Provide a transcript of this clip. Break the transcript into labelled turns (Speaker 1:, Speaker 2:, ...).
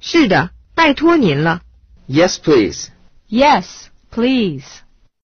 Speaker 1: 是的，拜托您了。
Speaker 2: Yes, please.
Speaker 3: Yes, please.